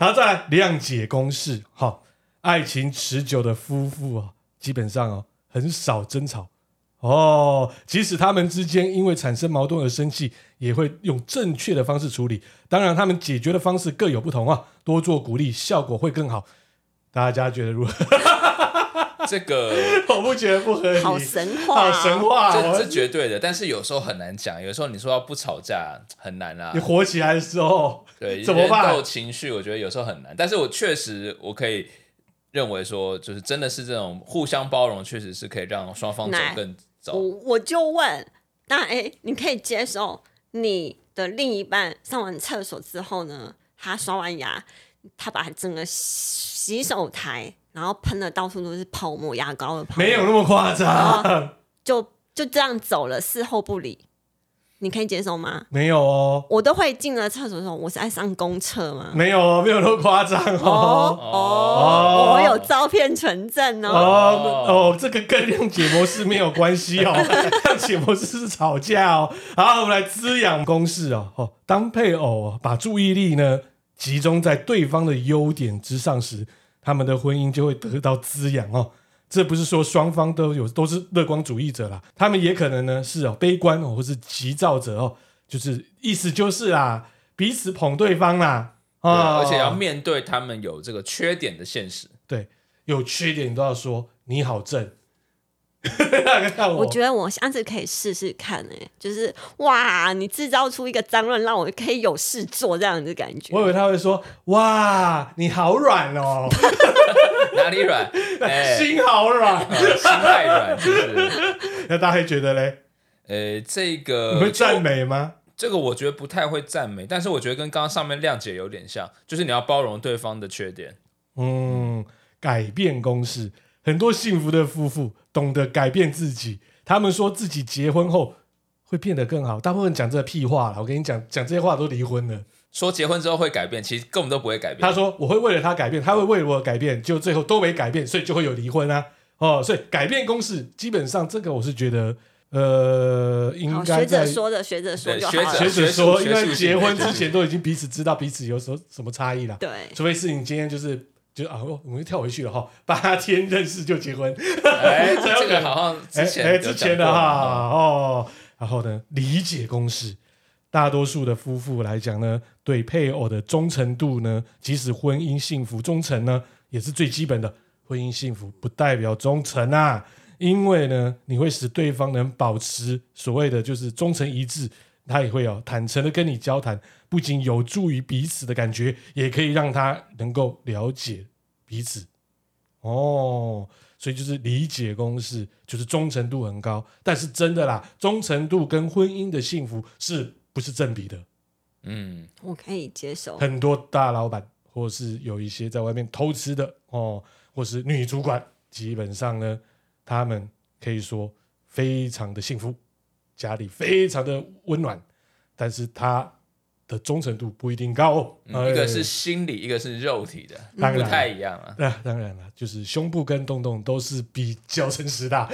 然后再来谅解公式，好，爱情持久的夫妇啊，基本上哦很少争吵哦，即使他们之间因为产生矛盾而生气，也会用正确的方式处理。当然，他们解决的方式各有不同啊，多做鼓励，效果会更好。大家觉得如何？这 个我不觉得不合理，好神话、啊，好神话这哦这绝对的，但是有时候很难讲，有时候你说要不吵架很难啦你。火起来的时候，对，怎么办人斗情绪，我觉得有时候很难，但是我确实我可以认为说，就是真的是这种互相包容，确实是可以让双方走来更我早。我就问，那哎、诶你可以接受你的另一半上完厕所之后呢，他刷完牙，他把整个洗洗手台，然后喷的到处都是泡沫牙膏的泡沫，没有那么夸啊张，就就这样走了，事后不理，你可以接受吗？没有哦，我都会进了厕所的时候，我是爱上公厕吗？没有哦，没有那么夸张哦哦。哦，我有照片存证哦。哦哦，这个跟谅解模式没有关系哦，谅解模式是吵架哦。好，我们来滋养公式哦。哦，当配偶哦把注意力呢集中在对方的优点之上时，他们的婚姻就会得到滋养哦。这不是说双方都有都是乐观主义者啦，他们也可能呢是哦悲观哦，或是急躁者哦，就是意思就是啦，彼此捧对方啦对啊、而且要面对他们有这个缺点的现实。对，有缺点你都要说你好 正。看我我觉得我下次可以试试看、欸，哎，就是哇，你制造出一个脏乱，让我可以有事做这样的感觉。我以为他会说哇，你好软哦，哪里 软？哎、心好软。呃心太软，是不是？那大家会觉得嘞？呃，这你会个赞美吗？这个我觉得不太会赞美，但是我觉得跟刚刚上面谅解有点像，就是你要包容对方的缺点。嗯，改变公式，很多幸福的夫妇懂得改变自己。他们说自己结婚后会变得更好，大部分讲这屁话了。我跟你讲，讲这些话都离婚了。说结婚之后会改变，其实根本都不会改变。他说我会为了他改变，他会为了我改变，就最后都没改变，所以就会有离婚啊。哦，所以改变公式基本上这个我是觉得，呃，应好，该学者在说的，学者说对就好啊学者学了。者说，因学术为结婚学术之前都已经彼此知道彼此有什么什么差异了，对，除非是你今天就是就啊，我我们又跳回去了哈，八天认识就结婚， 哎，这个好像之前哎哎有讲过之前的哈，哦，然后呢，理解公式，大多数的夫妇来讲呢，对配偶的忠诚度呢，即使婚姻幸福，忠诚呢也是最基本的。婚姻幸福不代表忠诚啊，因为呢，你会使对方能保持所谓的就是忠诚一致，他也会有坦诚的跟你交谈，不仅有助于彼此的感觉，也可以让他能够了解彼此。哦，所以就是理解公式，就是忠诚度很高。但是真的啦，忠诚度跟婚姻的幸福是不是正比的？嗯，我可以接哦受。很多大老板，或是有一些在外面偷吃的哦，或是女主管，基本上呢，他们可以说非常的幸福，家里非常的温暖，但是他的忠诚度不一定高、哦嗯一个是哎心理，一个是肉体的，当然不太一样 啊。那、当然了，就是胸部跟洞洞都是比较诚实的啊。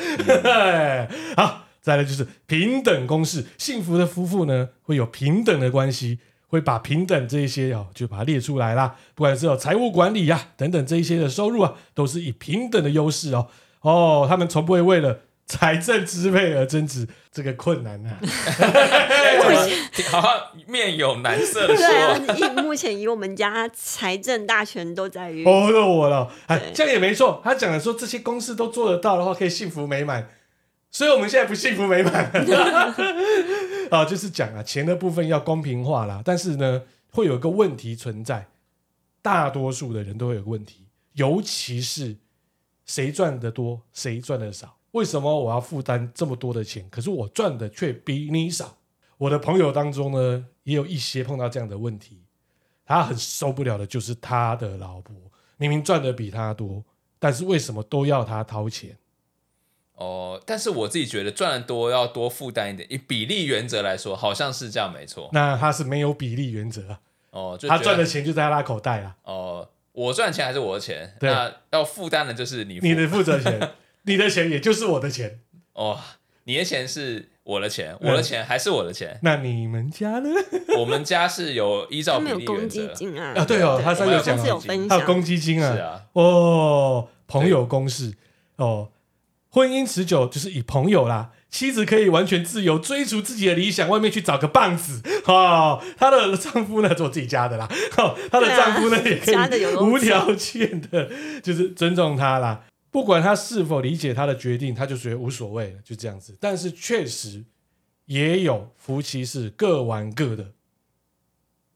好，再来就是平等公式，幸福的夫妇呢会有平等的关系，会把平等这一些哦就把它列出来啦。不管是有财务管理呀、啊等等这一些的收入啊，都是以平等的优势哦。哦，他们从不会为了财政支配而争执，这个困难啊。哎怎么好像面有难色的对啊说，，以目前以我们家财政大权都在于哦，了我了，哎，对这样也没错。他讲的说这些公式都做得到的话，可以幸福美满。所以我们现在不幸福美满 啊，就是讲啊，钱的部分要公平化啦。但是呢，会有一个问题存在，大多数的人都会有个问题，尤其是谁赚的多，谁赚的少。为什么我要负担这么多的钱，可是我赚的却比你少？我的朋友当中呢，也有一些碰到这样的问题，他很受不了的就是他的老婆明明赚的比他多，但是为什么都要他掏钱？哦，但是我自己觉得赚的多要多负担一点，以比例原则来说，好像是这样没错。那他是没有比例原则啊，哦，就他觉赚得的钱就在他口袋啊，哦，我赚钱还是我的钱，对那要负担的就是你付你的负责钱，你的钱也就是我的钱。哦，你的钱是我的钱，嗯我的钱还是我的钱。 那你们家呢？我们家是有依照他比们有例公原积则，金啊啊，对哦，他我上次有们有上讲次啊有分还有公享，积金是啊，哦，朋友公式哦，婚姻持久就是以朋友啦，妻子可以完全自由追逐自己的理想，外面去找个棒子哦。她的丈夫呢，做自己家的啦，哦，她的对啊丈夫呢、也家可的有以东西无条件的，就是尊重她啦。不管她是否理解她的决定，她就觉得无所谓了，就这样子。但是确实也有夫妻是各玩各的，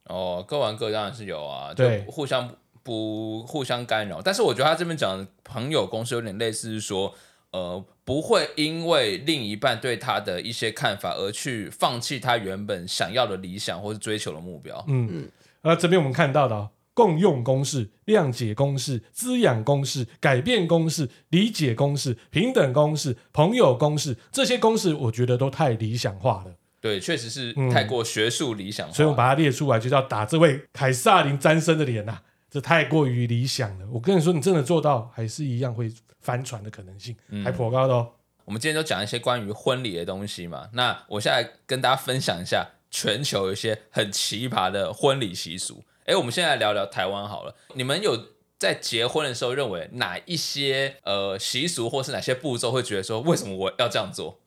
哦，各玩各当然是有啊，嗯对就互相不互相干扰。但是我觉得他这边讲的朋友公司有点类似是说，呃，不会因为另一半对他的一些看法而去放弃他原本想要的理想或是追求的目标。嗯，呃，这边我们看到的、哦、共用公式、谅解公式、滋养公式、改变公式、理解公式、平等公式、朋友公式，这些公式我觉得都太理想化了，对，确实是嗯太过学术理想化，所以我把它列出来，就叫打这位凯撒琳·詹森的脸呐、这太过于理想了。我跟你说，你真的做到，还是一样会翻船的可能性，还颇高的哦。我们今天都讲一些关于婚礼的东西嘛，那我现在跟大家分享一下全球有一些很奇葩的婚礼习俗。诶，我们现在来聊聊台湾好了。你们有在结婚的时候认为哪一些呃习俗或是哪些步骤会觉得说为什么我要这样做？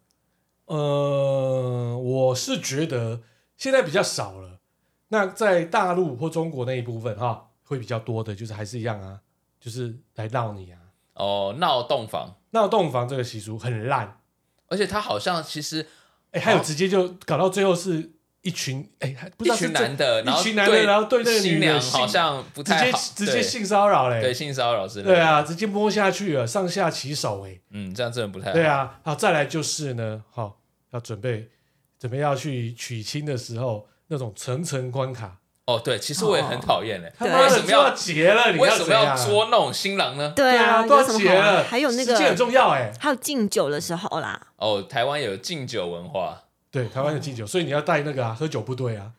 呃，我是觉得现在比较少了。那在大陆或中国那一部分哈、会比较多的，就是还是一样啊，就是来闹你啊，哦，闹洞房，闹洞房这个习俗很烂，而且它好像其实哎，还有直接就搞到最后是一群哎，还不知道哦一是群这男的，然后一群男的，然后对那个新女的娘性好像不直太接好，直接对性骚扰对嘞，性骚扰之类的。对，啊，直接摸下去了，上下其手哎，嗯，这样真的不太好。对啊，好，再来就是呢，好、要准备准备要去娶亲的时候那种层层关卡。哦，对，其实我也很讨厌嘞，他对妈为的什就么要要结了，你为要什怎么要样啊捉弄新郎呢？对对啊，啊，有都要什么结好玩？了，还有那时间很个，重要哎。还有敬酒的时候啦，哦，台湾有敬酒文化，对，台湾有敬酒，所以你要带那个啊，喝酒部队啊，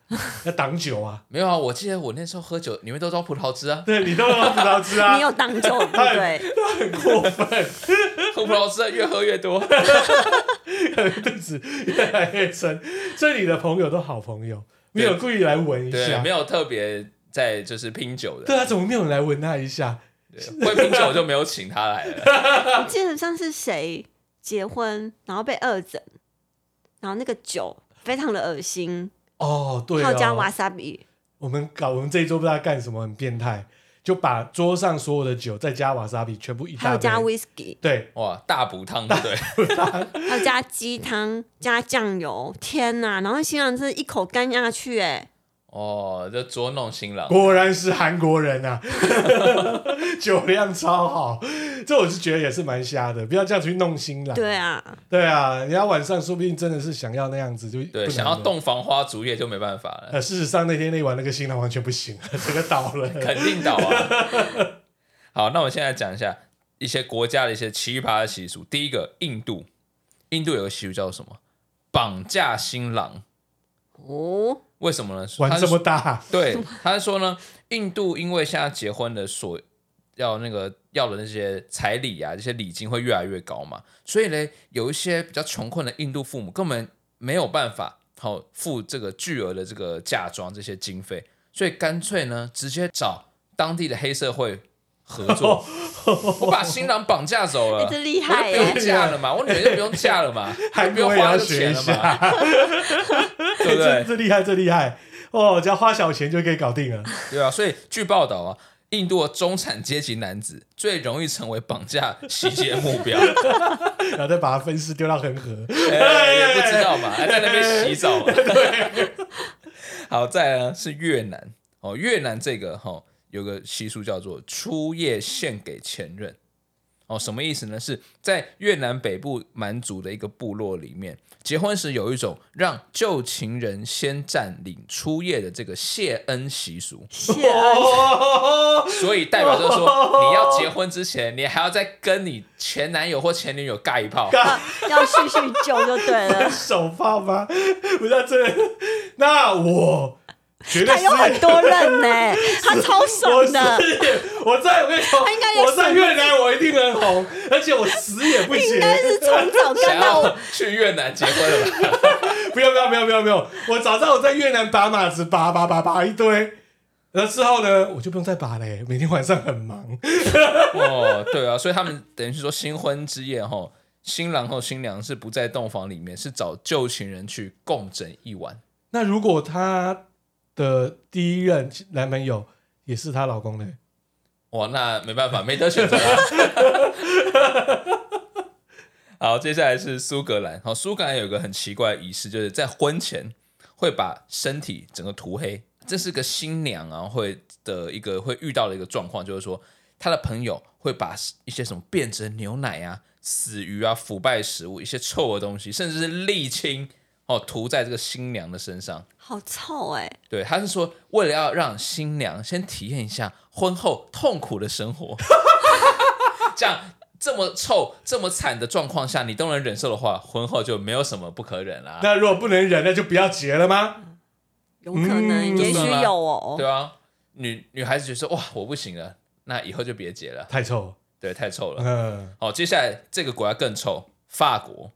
要挡酒啊。没有啊？我记得我那时候喝酒，你们都装葡萄汁啊， 对你都要葡萄汁啊 你，有当酒对 不对？很过分，喝葡萄汁越喝越 多。啊肚子越来越沉。这里的朋友都好朋友，没有故意来闻一对，下没。有特别在就是拼酒的，对啊，怎么没有人来闻他一下？对会拼酒就没有请他来了。我记得上次谁结婚，然后被二诊，然后那个酒非常的恶心，哦，对还有加哦瓦，萨比，我们搞我们这一桌不知道干什么，很变态，就把桌上所有的酒再加瓦萨比，全部一还大有杯加。whisky，对，哇，大补汤对不对？还有 加鸡汤、加酱油，天哪！然后新郎真的一口干下去、哎，哦，就捉弄新郎。果然是韩国人啊，酒量超好。这我是觉得也是蛮瞎的，不要这样去弄新郎。对啊，对啊，人家晚上说不定真的是想要那样子，就对，不能想要了。洞房花烛夜就没办法了，呃，事实上那天那晚那个新郎完全不行， 整个倒了。 肯定倒啊。 好，那我现在讲一下一些国家的一些奇葩的习俗。第一个，印度，印度有个习俗叫做什么？绑架新郎。哦，为什么呢？玩他是这么大，对，他是说呢，印度因为现在结婚的所要那个要的那些彩礼啊，这些礼金会越来越高嘛，所以呢，有一些比较穷困的印度父母根本没有办法好、付这个巨额的这个嫁妆这些经费，所以干脆呢，直接找当地的黑社会合作，我把新郎绑架走了哎，这。厉我就害不啊耶用！嫁了嘛，我女儿就不用嫁了嘛，就韩不用国也花要这个学钱一了下嘛，。对不对哎这？这厉害，这厉害哦！只要花小钱就可以搞定了。对啊，所以据报道啊，印度的中产阶级男子最容易成为绑架袭击的目标，然后再把它分尸丢到恒河。。哎也不知道嘛，还在那边洗澡嘛。 好，再来呢是越南哦，越南这个哈、哦、有个习俗叫做初夜献给前任。哦，什么意思呢？是在越南北部蛮族的一个部落里面，结婚时有一种让旧情人先占领初夜的这个谢恩习俗。谢哎恩，所以代表就是说，你要结婚之前，你还要再跟你前男友或前女友尬一炮。要叙叙旧就对 了手炮吗？不是这，那我绝对他是有很多 人呢，他超我爽死的，也，我在我跟你说他应该，也我在死不越南我一定很红，而且我死也不应结。该是从早想干到要去越南结婚了吧？不要不要不要不要不要！我早知道我在越南拔马子拔拔拔拔一堆，然后之后呢，我就不用再拔了耶，每天晚上很忙。哦，对啊，所以他们等于是说新婚之夜吼，新郎和新娘是不在洞房里面，是找旧情人去共枕一晚。那如果她的第一任男朋友也是她老公呢？哇，那没办法，没得选择啊。好，接下来是苏格兰。好，苏格兰有个很奇怪的仪式，就是在婚前会把身体整个涂黑。这是个新娘啊会的一个会遇到的一个状况，就是说她的朋友会把一些什么变质的牛奶啊、死鱼啊、腐败食物、一些臭的东西，甚至是沥青哦涂在这个新娘的身上。好臭哎！对，他是说为了要让新娘先体验一下婚后痛苦的生活，这样这么臭、这么惨的状况下，你都能忍受的话，婚后就没有什么不可忍啦、那如果不能忍，那就不要结了吗？有可能，嗯也许有对哦。啊，女女孩子就说哇，我不行了，那以后就别结了，太臭对，太臭了。了。嗯，好，接下来这个国家更臭，法国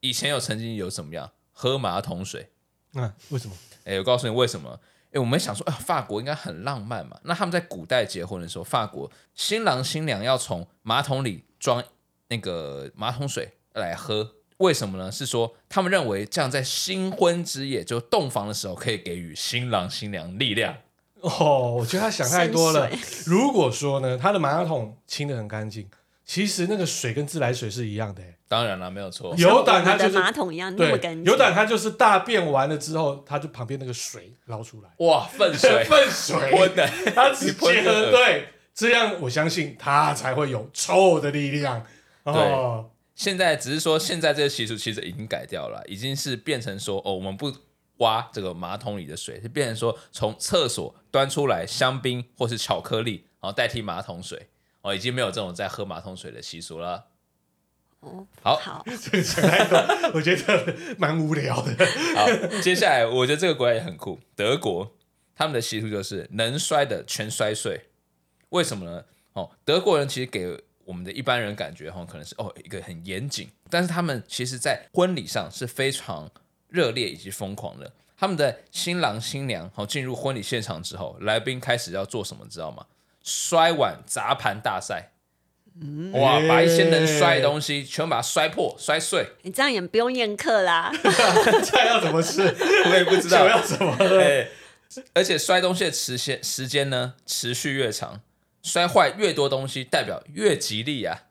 以前有曾经有怎么样喝马桶水，那、为什么？哎，我告诉你为什么？哎，我们想说啊，法国应该很浪漫嘛。那他们在古代结婚的时候，法国新郎新娘要从马桶里装那个马桶水来喝，为什么呢？是说他们认为这样在新婚之夜，就洞房的时候，可以给予新郎新娘力量。哦，我觉得他想太多了深。如果说呢，他的马桶清的很干净，其实那个水跟自来水是一样的耶。当然了，没有 错。有胆他像我们就的是马桶一啊样那么对干，净，有胆他就是大便完了之后，他就旁边那个水捞出来，哇，粪水， 粪水， 我的，他直 你喷接 的喝，对，这样我相信他才会有臭的力量。哦，现在只是说，现在这个习俗其实已经改掉了，已经是变成说，哦，我们不挖这个马桶里的水，是变成说从厕所端出来香槟或是巧克力，然后代替马桶水，哦，已经没有这种在喝马桶水的习俗了。哦好好，这个想太多，我觉得蛮无聊的。 好，接下来我觉得这个国家也很酷，德国他们的习俗就是能摔的全摔碎，为什么呢？哦，德国人其实给我们的一般人感觉哈、哦，可能是哦一个很严谨，但是他们其实在婚礼上是非常热烈以及疯狂的。他们的新郎新娘哦进入婚礼现场之后，来宾开始要做什么，知道吗？摔碗砸盘大赛。哇！把一些能摔的东西全部把它摔破、摔碎，你这样也不用宴客啦。 菜要怎么吃？ 我也不知酒 道。要怎么喝？对，哎而且摔东西的时间时间呢，持续越长，摔坏越多东西，代表越吉利 啊，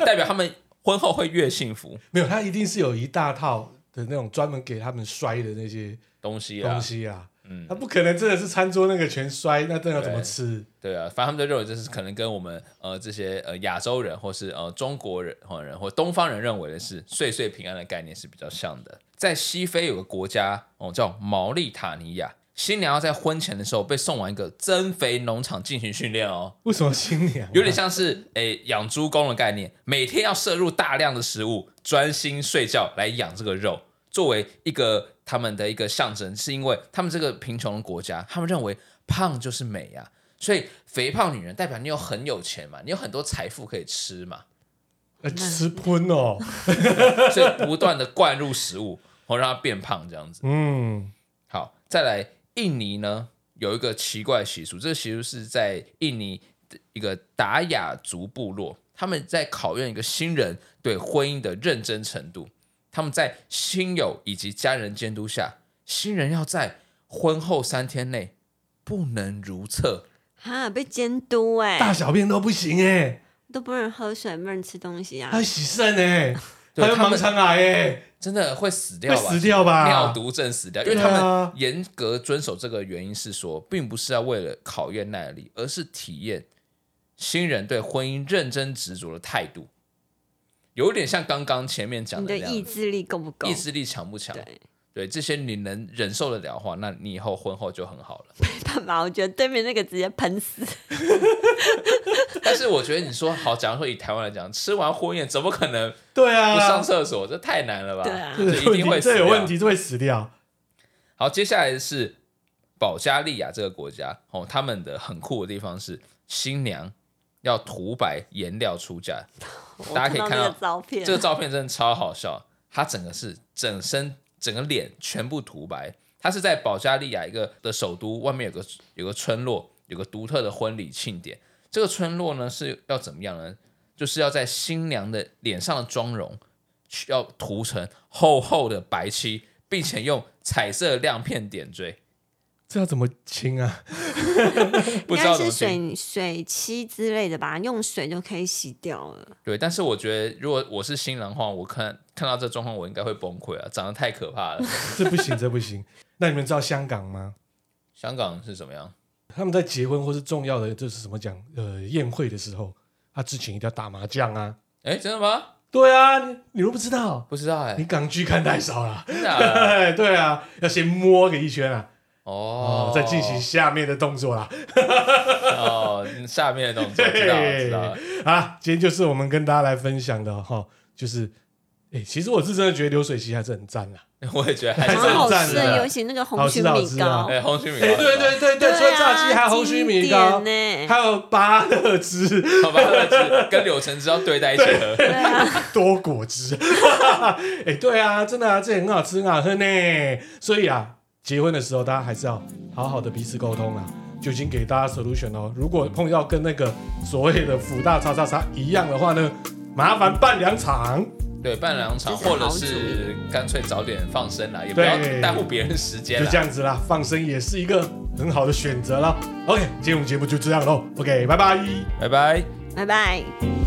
代表他们婚后会越幸福。没有，他一定是有一大套的那种专门给他们摔的那些东西啊东，西啊，嗯他，不可能真的是餐桌那个全摔，那真的要怎么对吃？对啊，反正他们的认为就是可能跟我们呃这些呃亚洲人或是呃中国人或人或东方人认为的是岁岁平安的概念是比较像的。在西非有个国家哦叫毛利塔尼亚，新娘要在婚前的时候被送往一个增肥农场进行训练哦，为什么新娘啊有点像是诶养猪工的概念，每天要摄入大量的食物，专心睡觉来养这个肉，作为一个他们的一个象征，是因为他们这个贫穷的国家，他们认为胖就是美呀、所以肥胖女人代表你有很有钱嘛，你有很多财富可以吃嘛，呃吃喷哦？所以不断的灌入食物，然后让她变胖这样子。嗯，好，再来印尼呢，有一个奇怪的习俗，这个习俗是在印尼的一个达雅族部落，他们在考验一个新人对婚姻的认真程度。他们在亲友以及家人监督下，新人要在婚后三天内不能如厕，哈，被监督哎、大小便都不行哎，都不能喝水，不能吃东西啊还，有洗肾哎，对还有他们盲肠癌哎，真的会死掉会吧？死掉吧？尿毒症死掉，因为对他啊们严格遵守这个原因是说，并不是要为了考验耐力，而是体验新人对婚姻认真执着的态度，有点像刚刚前面讲你的的那样意子，志力够不够？啊意志力强不强？对，对，这些你能忍受得了的话，那你以后婚后就很好了。 没 办法，我觉得对面那个直接喷死。但是我觉得你说好，假如说以台湾来讲，吃完婚宴怎么可能对啊，不上厕所？这太难了吧？哎对啊这这有一问题，定会这有死问掉题，这会死掉。好，接下来是保加利亚这个国家哦，他们的很酷的地方是新娘要涂白颜料出嫁，我大家可以到看那到个照片，这个照片真的超好笑，她整个是整身整个脸全部涂白，她是在保加利亚一个的首都外面有个有个村落，有个独特的婚礼庆典。这个村落呢是要怎么样呢？就是要在新娘的脸上的妆容需要涂成厚厚的白漆，并且用彩色亮片点缀。这要怎么清啊？不应知道该怎是么定。水水漆之类的吧，用水就可以洗掉了。对，但是我觉得如果我是新郎的话，我看看到这状况，我应该会崩溃啊！长得太可怕了。 这不行，这不行。 那你们知道香港吗？香港是怎么样？他们在结婚或是重要的就是什么讲呃宴会的时候，他之前一定要打麻将啊。哎，真的吗？对啊，你你都不知道，不知道哎、你港剧看太少了。真 的啊对啊，要先摸个一圈啊，哦哦，，再进行下面的动作啦。哦下面的动作，知道了知道了。好啦，今天就是我们跟大家来分享的哈，就是哎、其实我是真的觉得流水席还是很赞啊啦。我也觉得还还是是蛮很 好赞吃的的，尤其那个好红吃曲好米吃啊糕，哎，红曲米糕，哎、对对对啊对，除了炸鸡，还有红曲米糕啊经，典呢还有芭乐汁。好吧，这跟柳橙汁要对待一起喝。多果汁。 哎、对啊，真的啊，这也很好吃，很好喝呢。所以啊，结婚的时候大家还是要好好的彼此沟通啊。就已经给大家 solution 哦。如果碰到跟那个所谓的福大叉叉叉一样的话呢，麻烦办两场。对，办两场，这是或好者主是意干脆早点放生啦，也不要对耽误别人时间就啦这。样子啦，放生也是一个很好的选择啦。OK，今天我们节目就这样喽。OK，拜拜。拜拜。拜拜。